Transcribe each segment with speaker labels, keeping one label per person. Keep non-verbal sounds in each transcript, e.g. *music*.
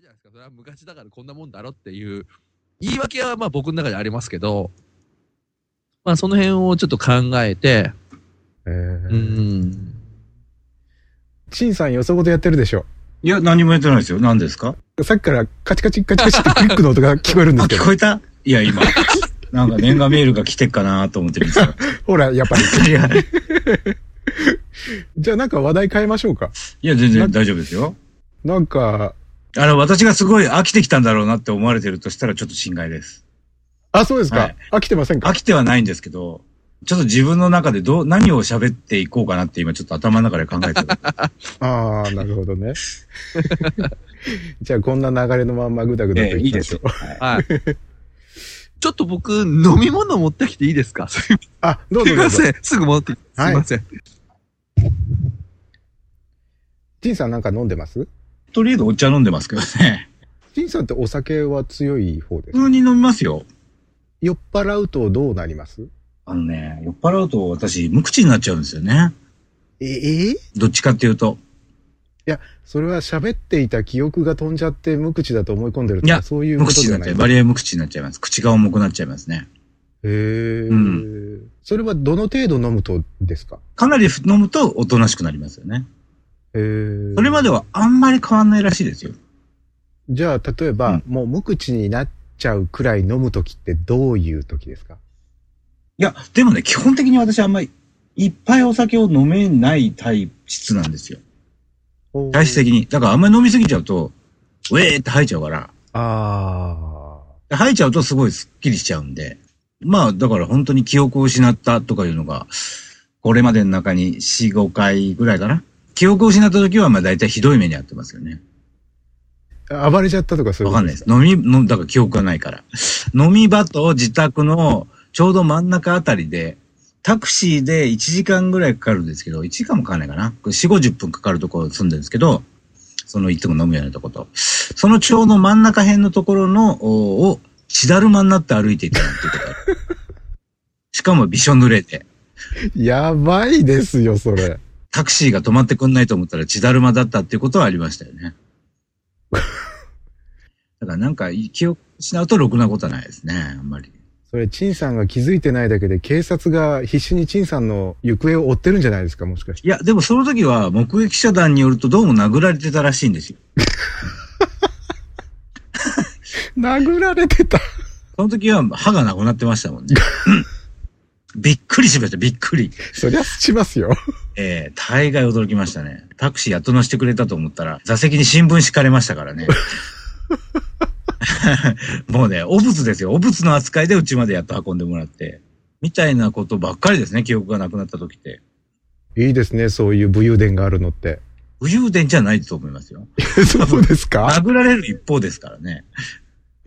Speaker 1: じゃないですか。それは昔だからこんなもんだろっていう言い訳はまあ僕の中でありますけど、まあその辺をちょっと考えて、
Speaker 2: え
Speaker 1: う
Speaker 2: ー、
Speaker 1: ん。
Speaker 2: 陳さんよそごとやってるでしょ。
Speaker 3: いや、何もやってないですよ。何ですか
Speaker 2: さっきからカチカチカチカチってクリックの音が聞こえるんで
Speaker 3: *laughs* あ、
Speaker 2: すけど
Speaker 3: 聞。こえたい
Speaker 2: *laughs*
Speaker 3: や、今。なんか年賀メールが来てっかなと思ってるんです
Speaker 2: *laughs*
Speaker 3: よ。
Speaker 2: ほら、やっぱり。
Speaker 3: いや、い
Speaker 2: じゃあなんか話題変えましょうか。
Speaker 3: や全然大丈夫ですよ。
Speaker 2: なんか、
Speaker 3: あの、私がすごい飽きてきたんだろうなって思われてるとしたらちょっと心外です。
Speaker 2: あ、そうですか。
Speaker 3: はい
Speaker 2: 飽きてませんか
Speaker 3: 飽きてはないんですけど、ちょっと自分の中でどう、何を喋っていこうかなって今ちょっと頭の中で考えて
Speaker 2: *laughs*
Speaker 3: る。
Speaker 2: ああ、なるほどね。 *laughs* じゃあこんな流れのまんまぐだぐだ
Speaker 3: え
Speaker 2: と
Speaker 3: え
Speaker 2: い
Speaker 3: いい
Speaker 2: きま
Speaker 3: で
Speaker 2: し
Speaker 3: す
Speaker 2: ょう
Speaker 3: よ。。はい
Speaker 2: *laughs*
Speaker 1: はい。ちょっと僕、飲み物持ってきていいですかすい
Speaker 2: あ、どうぞど
Speaker 1: ま
Speaker 2: うぞ。
Speaker 1: せん。すぐ戻ってきて。す
Speaker 2: はい
Speaker 1: いません。
Speaker 2: 陳さんなんか飲んでます
Speaker 3: とりあえずお茶飲んでますけどね。
Speaker 2: 陳さんってお酒は強い方ですか
Speaker 3: 普通に飲みますよ。
Speaker 2: 酔っ払うとどうなります
Speaker 3: あのね、酔っ払うと私、無口になっちゃうんですよね。
Speaker 2: ええ
Speaker 3: どっちかっていうと。
Speaker 2: それは喋っていた記憶が飛んじゃって無口だと思い込んでると
Speaker 3: い
Speaker 2: か、
Speaker 3: や
Speaker 2: そういう
Speaker 3: 無
Speaker 2: こと
Speaker 3: 口に
Speaker 2: じゃ
Speaker 3: なっ
Speaker 2: な
Speaker 3: ちゃ。
Speaker 2: いうへ
Speaker 3: バリア無口になっちゃいます。口が重くなっちゃいますね。
Speaker 2: え
Speaker 3: う
Speaker 2: それはどの程度飲むとですか
Speaker 3: かなり飲むとおとなしくなりますよね。
Speaker 2: へえ
Speaker 3: それまではあんまり変わんないらしいですよ。
Speaker 2: じゃあ、例えば、
Speaker 3: うん
Speaker 2: もう無口になっちゃうくらい飲むときってどういうときですか
Speaker 3: いや、でもね、基本的に私あんまり、いっぱいお酒を飲めない体質なんですよ。体質的に。だからあんまり飲みすぎちゃうと、ウェーって吐いちゃうから。
Speaker 2: あ
Speaker 3: で吐いちゃうとすごいスッキリしちゃうんで。まあ、だから本当に記憶を失ったとかいうのが、これまでの中に4、5回ぐらいかな。記憶を失った時は、まあ大体ひどい目に遭ってますよね。
Speaker 2: あ。暴れちゃったとかそうい
Speaker 3: わ
Speaker 2: う
Speaker 3: かんないです。飲み、の、だから記憶がないから。飲み場と自宅のちょうど真ん中あたりで、タクシーで1時間ぐらいかかるんですけど、1時間もかかんないかな。これ4、50分かかるところ住んでるんですけど、そのいつも飲むようなとこと。そのちょうど真ん中辺のところの、おを、血だるまになって歩いていたなんていうことがあるしかもびしょ濡れて、
Speaker 2: やばいですよ、それ。
Speaker 3: タクシーが止まってくんないと思ったら血だるまだったっていうことはありましたよね。だからなんか記憶失うとろくなことはないですね、あんまり。
Speaker 2: それ、陳さんが気づいてないだけで、警察が必死に陳さんの行方を追ってるんじゃないですか、もしかして。
Speaker 3: いや、でもその時は目撃者団によるとどうも殴られてたらしいんですよ。 *laughs*
Speaker 2: 殴られてた。
Speaker 3: その時は歯がなくなってましたもんね。うんびっくりしました、びっくり。
Speaker 2: そりゃ、します
Speaker 3: *laughs*
Speaker 2: よ。
Speaker 3: ええ大概驚きましたね。タクシーやっと乗してくれたと思ったら、座席に新聞敷かれましたからね。 *laughs* もうね、お仏ですよ。お仏の扱いでうちまでやっと運んでもらって。みたいなことばっかりですね、記憶がなくなった時って。
Speaker 2: いいですね、そういう武勇伝があるの
Speaker 3: *laughs*
Speaker 2: って。
Speaker 3: 武勇伝じゃないと思いますよ。
Speaker 2: そうですか
Speaker 3: 殴られる一方ですからね。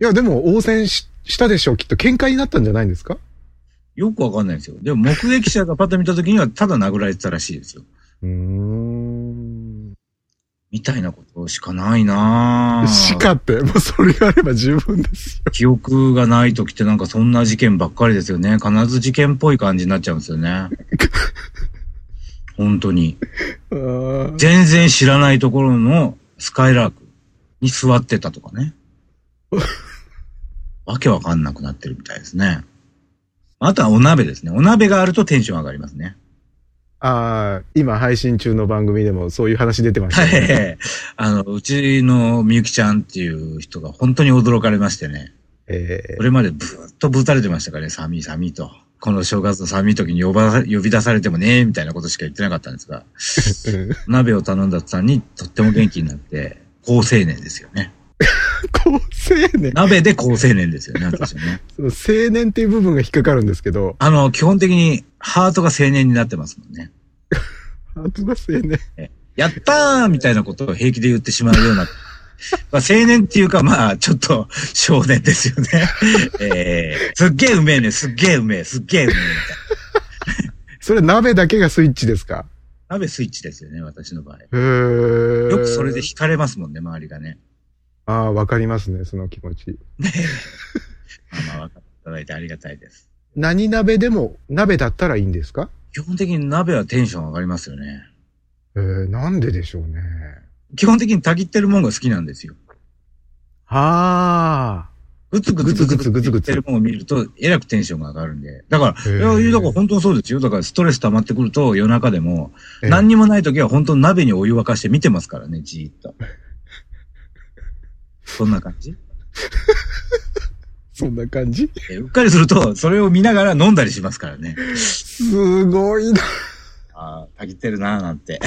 Speaker 2: いや、でも、応戦ししたでしょう、きっと。喧嘩になったんじゃないんですか
Speaker 3: よくわかんないですよ。でも目撃者がパッと見た時には、ただ殴られてたらしいですよ。
Speaker 2: うーん。
Speaker 3: みたいなことしかないなぁ
Speaker 2: しかって、もうそれがあれば十分ですよ。
Speaker 3: 記憶がない時ってなんかそんな事件ばっかりですよね。必ず事件っぽい感じになっちゃうんですよ *laughs* ね。本当に。
Speaker 2: あ
Speaker 3: *laughs*
Speaker 2: ー
Speaker 3: 全然知らないところのスカイラークに座ってたとかね。わけわかんなくなってるみたいですね。あとはお鍋ですね。お鍋があるとテンション上がりますね。
Speaker 2: あー、今配信中の番組でもそういう話出てました
Speaker 3: は
Speaker 2: ね、
Speaker 3: い。 *laughs* あの、うちのみゆきちゃんっていう人が本当に驚かれましてね。
Speaker 2: えー
Speaker 3: これまでぶーっとぶたれてましたからね、寒い寒いと。この正月の寒い時に呼ば、呼び出されてもね、みたいなことしか言ってなかったんですが、
Speaker 2: うん *laughs*
Speaker 3: 鍋を頼んだ途端にとっても元気になって、高青年ですよね。
Speaker 2: 高青年
Speaker 3: 鍋で高青年ですよね、私は
Speaker 2: *laughs*
Speaker 3: ね。
Speaker 2: その青年っていう部分が引っかかるんですけど、
Speaker 3: あの、基本的にハートが青年になってますもんね。
Speaker 2: ハートが青年。
Speaker 3: やったーみたいなことを平気で言ってしまうような。 *laughs* まあ、青年っていうか、まあ、ちょっと、少年ですよね。 *laughs* えー、すっげーうめえね、すっげーうめえ、すっげーうめえ、みたいな。
Speaker 2: それ鍋だけがスイッチですか
Speaker 3: 鍋スイッチですよね、私の場合。
Speaker 2: へー
Speaker 3: よくそれで。惹かれますもんね、周りが
Speaker 2: *laughs*
Speaker 3: ね。
Speaker 2: ああ、わかりますね、その気持ち。
Speaker 3: ねえ。まあまあ、分かっていただいてありがたいです。
Speaker 2: 何鍋でも鍋だったらいいんですか
Speaker 3: 基本的に鍋はテンション上がりますよね。
Speaker 2: えー、なんででしょうね。
Speaker 3: 基本的にたぎってるもんが好きなんですよ。
Speaker 2: あ
Speaker 3: ぐつぐつぐつぐつぐつ言ってるのを見ると、えらくテンションが上がるんで。だから、いや、
Speaker 2: へえ
Speaker 3: だから本当にそうですよ。だからストレス溜まってくると夜中でも、
Speaker 2: ええ
Speaker 3: 何にもない時は本当に鍋にお湯沸かして見てますからね、じーっと。そんな感じ
Speaker 2: そんな感じ
Speaker 3: えうっかりすると、それを見ながら飲んだりしますからね。
Speaker 2: すごいな。
Speaker 3: ああ、たぎってるなーなんて。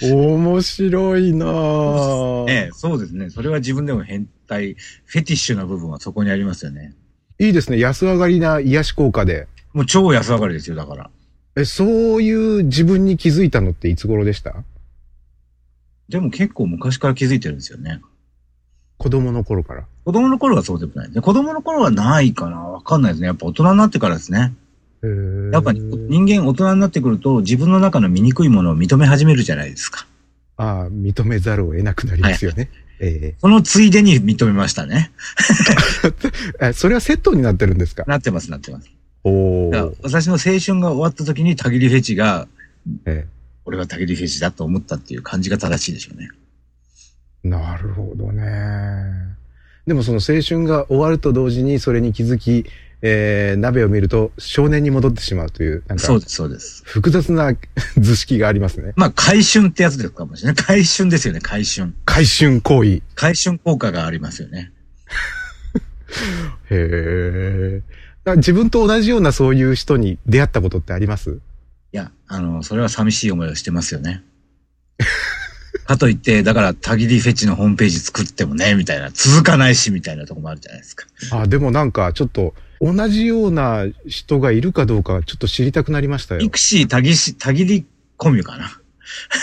Speaker 2: 面白いなぁ
Speaker 3: ええ、そうですね。それは自分でも変態、フェティッシュな部分はそこにありますよね。
Speaker 2: いいですね。安上がりな癒し効果で。
Speaker 3: もう超安上がりですよ、だから。
Speaker 2: え、そういう自分に気づいたのっていつ頃でした
Speaker 3: でも結構昔から気づいてるんですよね。
Speaker 2: 子供の頃から。
Speaker 3: 子供の頃はそうでもないですね。子供の頃はないかなわかんないですね。やっぱ大人になってからですね。やっぱ人間大人になってくると自分の中の醜いものを認め始めるじゃないですか。
Speaker 2: ああ、認めざるを得なくなりますよね。え
Speaker 3: そのついでに認めましたね。
Speaker 2: ええそれはセットになってるんですか
Speaker 3: なってます、なってます。
Speaker 2: おお、
Speaker 3: だから私の青春が終わった時にたぎりフェチが、
Speaker 2: え
Speaker 3: 俺はたぎりフェチだと思ったっていう感じが正しいでしょうね。
Speaker 2: えなるほどね。でもその青春が終わると同時にそれに気づき、えー、鍋を見ると少年に戻ってしまうという、なん
Speaker 3: そ
Speaker 2: か
Speaker 3: うです、そうです。
Speaker 2: 複雑な *laughs* 図式がありますね。
Speaker 3: まあ、回春ってやつですかもしれない。回春ですよね、回春。
Speaker 2: 回春行為。
Speaker 3: 回春効果がありますよね。
Speaker 2: へえ。だから自分と同じようなそういう人に出会ったことってあります
Speaker 3: いや、あの、それは寂しい思いをしてます
Speaker 2: *laughs*
Speaker 3: よね。かといって、だから、たぎりフェチのホームページ作ってもね、みたいな、続かないし、みたいなとこもあるじゃないですか。
Speaker 2: あ、でもなんかちょっと同じような人がいるかどうかちょっと知りたくなりましたよ。
Speaker 3: ミクシー、たぎし、たぎりコミュかな。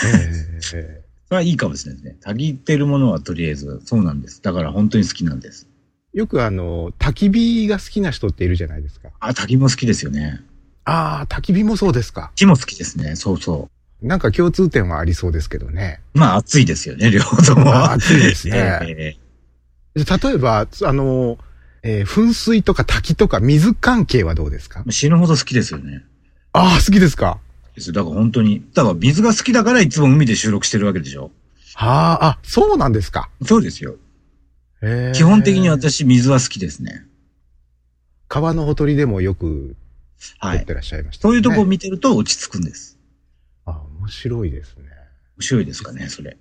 Speaker 2: ええ
Speaker 3: それはいいかもしれないですね。たぎってるものはとりあえず、そうなんです。だから本当に好きなんです。
Speaker 2: よくあの、焚き火が好きな人っているじゃないですか。
Speaker 3: あ、たぎも好きですよね。
Speaker 2: ああ、焚き火もそうですか。
Speaker 3: 木も好きですね。そうそ
Speaker 2: なんか共通点はありそうですけどね。
Speaker 3: う。まあ、暑いですよね、両方とも。
Speaker 2: あー暑いですね
Speaker 3: ええ
Speaker 2: 例えば、あの、えー噴水とか滝とか水関係はどうですか
Speaker 3: 死ぬほど好きですよね。
Speaker 2: ああ、好きですか。
Speaker 3: ですだから本当に。だから水が好きだからいつも海で収録してるわけでしょ。
Speaker 2: はあ、あ、そうなんですか。
Speaker 3: そうですよ。
Speaker 2: へー
Speaker 3: 基本的に。私、水は好きですね。
Speaker 2: 川のほとりでもよく撮
Speaker 3: は
Speaker 2: っ
Speaker 3: い。
Speaker 2: てらっしゃいました、
Speaker 3: そういうとこを
Speaker 2: ね
Speaker 3: 見てると落ち着くんです。
Speaker 2: あ、面白いですね。
Speaker 3: 面白いですかね、それ。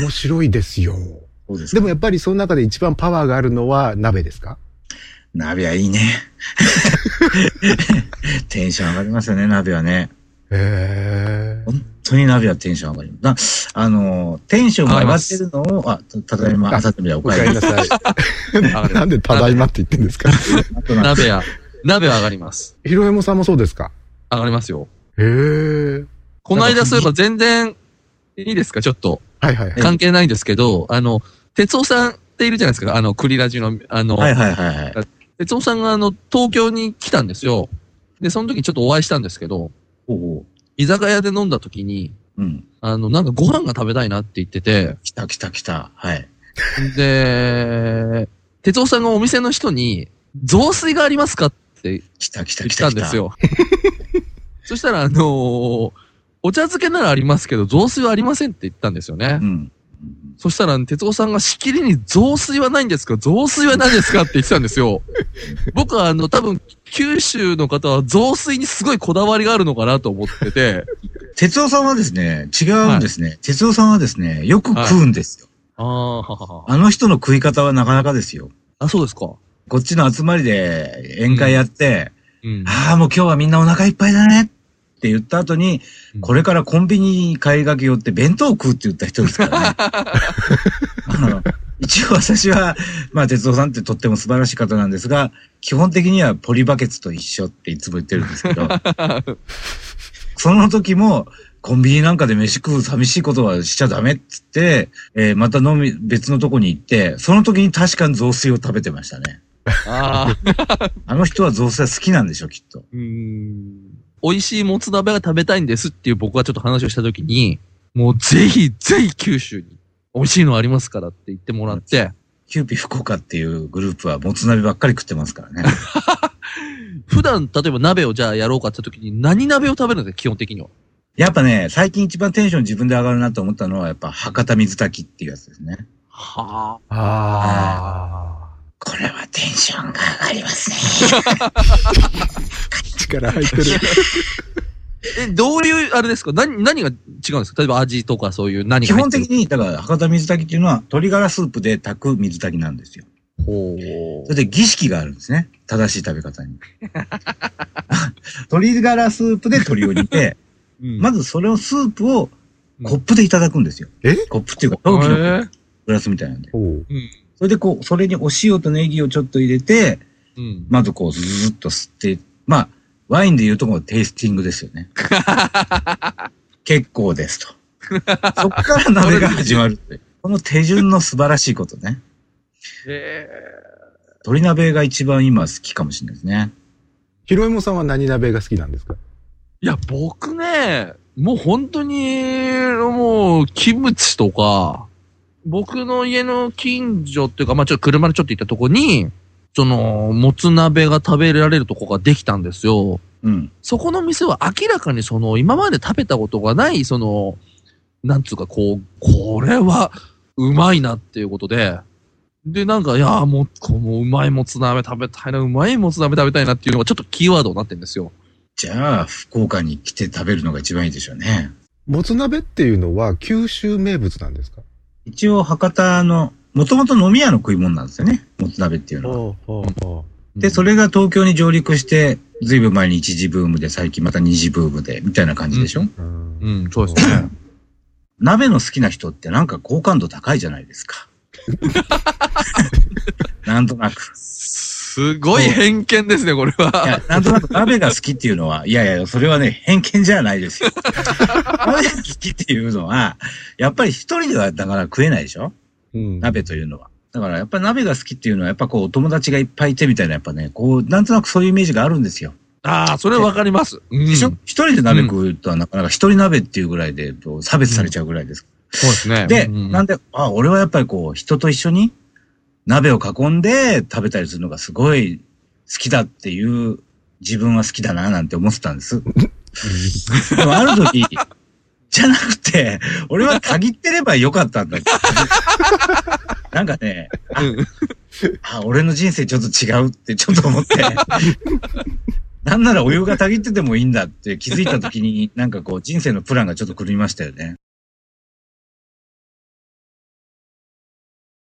Speaker 2: 面白いです
Speaker 3: *laughs*
Speaker 2: よ。
Speaker 3: そうです
Speaker 2: で
Speaker 3: か
Speaker 2: もやっぱりその中で一番パワーがあるのは鍋ですか
Speaker 3: 鍋はいいね。 *laughs* テンション上がりますよね、鍋はね。
Speaker 2: へえ。
Speaker 3: 本当に鍋はテンション上がります。なあのー、テンションが上がってるのを、あ、たただいま、
Speaker 2: あ
Speaker 3: あさってみお
Speaker 2: お
Speaker 3: か
Speaker 2: か
Speaker 3: え
Speaker 2: えり
Speaker 3: り。
Speaker 2: なさい。
Speaker 1: 上が
Speaker 2: *laughs* なん
Speaker 1: る
Speaker 2: でただいまって言ってんですか *laughs*
Speaker 3: あとな
Speaker 1: 鍋は、鍋は上がります。
Speaker 2: ひろえもさんもそうですか
Speaker 1: 上がりますよ。
Speaker 2: へえ。
Speaker 1: この間そういえば全然、いいですかちょっと。
Speaker 2: はいはいはい。
Speaker 1: 関係ないんですけど、あの、哲夫さんっているじゃないですか。あの、クリラジの、あの、
Speaker 3: はいはいはいはい。
Speaker 1: 哲夫さんがあの、東京に来たんですよ。で、その時ちょっとお会いしたんですけど、
Speaker 3: おうおう
Speaker 1: 居酒屋で飲んだ時に、
Speaker 3: うん。
Speaker 1: あの、なんかご飯が食べたいなって言ってて、
Speaker 3: 来た来た来た。はい。
Speaker 1: で、哲夫さんがお店の人に、雑炊がありますかって
Speaker 3: 来た来た
Speaker 1: 言っ
Speaker 3: 来
Speaker 1: た
Speaker 3: た
Speaker 1: ん
Speaker 3: 来
Speaker 1: で
Speaker 3: た。
Speaker 1: すよ。そしたら、あのーお茶漬けならありますけど、雑炊はありませんって言ったんですよね
Speaker 3: う。ん。
Speaker 1: そしたら、哲夫さんがしきりに雑炊はないんですか雑炊はないですかって言ってたんです *laughs* よ。僕はあの、多分、九州の方は雑炊にすごいこだわりがあるのかなと思ってて。
Speaker 3: 哲夫さんはですね、違うんですね。哲夫さんはですね、よく食うんですよ。
Speaker 1: ああ、ははは。
Speaker 3: あの人の食い方はなかなかですよ。
Speaker 1: あ、そうですか。
Speaker 3: こっちの集まりで宴会やって、
Speaker 1: うん。
Speaker 3: ああ、もう今日はみんなお腹いっぱいだねって言った後に、
Speaker 1: うん
Speaker 3: これからコンビニに買いがけ寄って弁当食うって言った人ですか
Speaker 1: *laughs*
Speaker 3: らね。あの一応私は、まあ、哲夫さんってとっても素晴らしい方なんですが、基本的にはポリバケツと一緒っていつも言ってるんです
Speaker 1: *laughs*
Speaker 3: けど、その時も、コンビニなんかで飯食う寂しいことはしちゃダメっつって、えーまた飲み、別のとこに行って、その時に確かに雑炊を食べてましたね。
Speaker 1: ああ、
Speaker 3: あの人は雑炊は好きなんでしょ、きっと。
Speaker 1: うん。美味しいもつ鍋が食べたいんですっていう僕がちょっと話をしたときに、もうぜひ、ぜひ九州に美味しいのありますからって言ってもらって、
Speaker 3: キューピ福岡っていうグループはもつ鍋ばっかり食ってますからね。 *laughs*
Speaker 1: 普段、例えば鍋をじゃあやろうかって時に何鍋を食べるんですか基本的には。
Speaker 3: やっぱね、最近一番テンション自分で上がるなと思ったのは、やっぱ博多水炊きっていうやつですね。
Speaker 1: は
Speaker 2: あ
Speaker 3: これはテンションが上がりますね。
Speaker 2: あ。力入ってる。
Speaker 1: あ。え、どういう、あれですか何、何が違うんですか例えば味とかそういう何
Speaker 3: *laughs* 基
Speaker 1: が入っ
Speaker 3: 本
Speaker 1: てる
Speaker 3: 的に、だから博多水炊きっていうのは鶏ガラスープで炊く水炊きなんですよ。
Speaker 1: ほ
Speaker 3: それで儀式があるんですね。正しい食べ方 *laughs* に。鶏ガラスープで鶏を煮 *laughs* て、
Speaker 1: う。うん
Speaker 3: まずそれをスープを
Speaker 1: うん
Speaker 3: コップでいただくんですよ。
Speaker 2: え
Speaker 3: コップっていうか、
Speaker 1: へ
Speaker 3: 陶器の
Speaker 1: ー
Speaker 3: グラスみたいなんで。
Speaker 2: おう
Speaker 3: それでこう、それにお塩とネギをちょっと入れて、
Speaker 1: うん。
Speaker 3: まずこう、ずずっと吸って、まあ、ワインで言うとこのテイスティングですよね。結構ですと。そっから鍋が始まるって。この手順の素晴らしいことね。
Speaker 1: へ
Speaker 3: 鶏鍋が一番今好きかもしれないですね。
Speaker 2: ひろえもさんは何鍋が好きなんですか
Speaker 1: ーいや、僕ね、もう本当に、もう、キムチとか、僕の家の近所っていうか、まあちょっと車でちょっと行ったとこに、その、もつ鍋が食べられるとこができたんですよ。
Speaker 3: うん。
Speaker 1: そこの店は明らかにその、今まで食べたことがない、その、なんつうかこう、これは、うまいなっていうことで、で、なんか、いやーもう、こうもううまいもつ鍋食べたいな、うまいもつ鍋食べたいなっていうのがちょっとキーワードになってるんですよ。
Speaker 3: じゃあ、福岡に来て食べるのが一番いいでしょうね。
Speaker 2: もつ鍋っていうのは九州名物なんですか
Speaker 3: 一応、博多の、もともと飲み屋の食い物なんですよね。もつ鍋っていうのは。
Speaker 2: ほうほうほ
Speaker 3: で、そ
Speaker 1: れ、
Speaker 3: れが東京に上陸して、ずいぶん前に一次ブームで、最近また二次ブームで、みたいな感じでしょ、
Speaker 2: う。うん
Speaker 1: うん、そうですね。
Speaker 3: 鍋の好きな人ってなんか好感度高いじゃないです
Speaker 1: *laughs*
Speaker 3: か。なんとなく。
Speaker 1: すごい偏見ですね、これ
Speaker 3: い
Speaker 1: は。
Speaker 3: や、なんとなく鍋が好きっていうのは、いやいや、それはね、偏見じゃないです
Speaker 1: *laughs*
Speaker 3: よ。鍋が好きっていうのは、やっぱり一人ではだから食えないでしょ
Speaker 2: うん
Speaker 3: 鍋というのは。だからやっぱ鍋が好きっていうのは、やっぱこう、お友達がいっぱいいてみたいな、やっぱね、こう、なんとなくそういうイメージがあるんですよ。
Speaker 1: ああ、それはわかります。うん。
Speaker 3: でしょ、
Speaker 1: そう
Speaker 3: 一人で鍋食うとは、なかなか一人鍋っていうぐらいで、こう差別されちゃうぐらいです
Speaker 1: ですね。
Speaker 3: で、
Speaker 1: うん
Speaker 3: なんで、あ、俺はやっぱりこう、人と一緒に鍋を囲んで食べたりするのがすごい好きだっていう、自分は好きだななんて思ってた
Speaker 1: *laughs*
Speaker 3: んです。でもある時、じゃなくて、俺はたぎってればよかったんだって。なんかね、あ
Speaker 1: うん
Speaker 3: あ、俺の人生ちょっと違うってちょっと思って。なんならお湯がたぎっててもいいんだって気づいた時に、なんかこう人生のプランがちょっと狂いましたよね。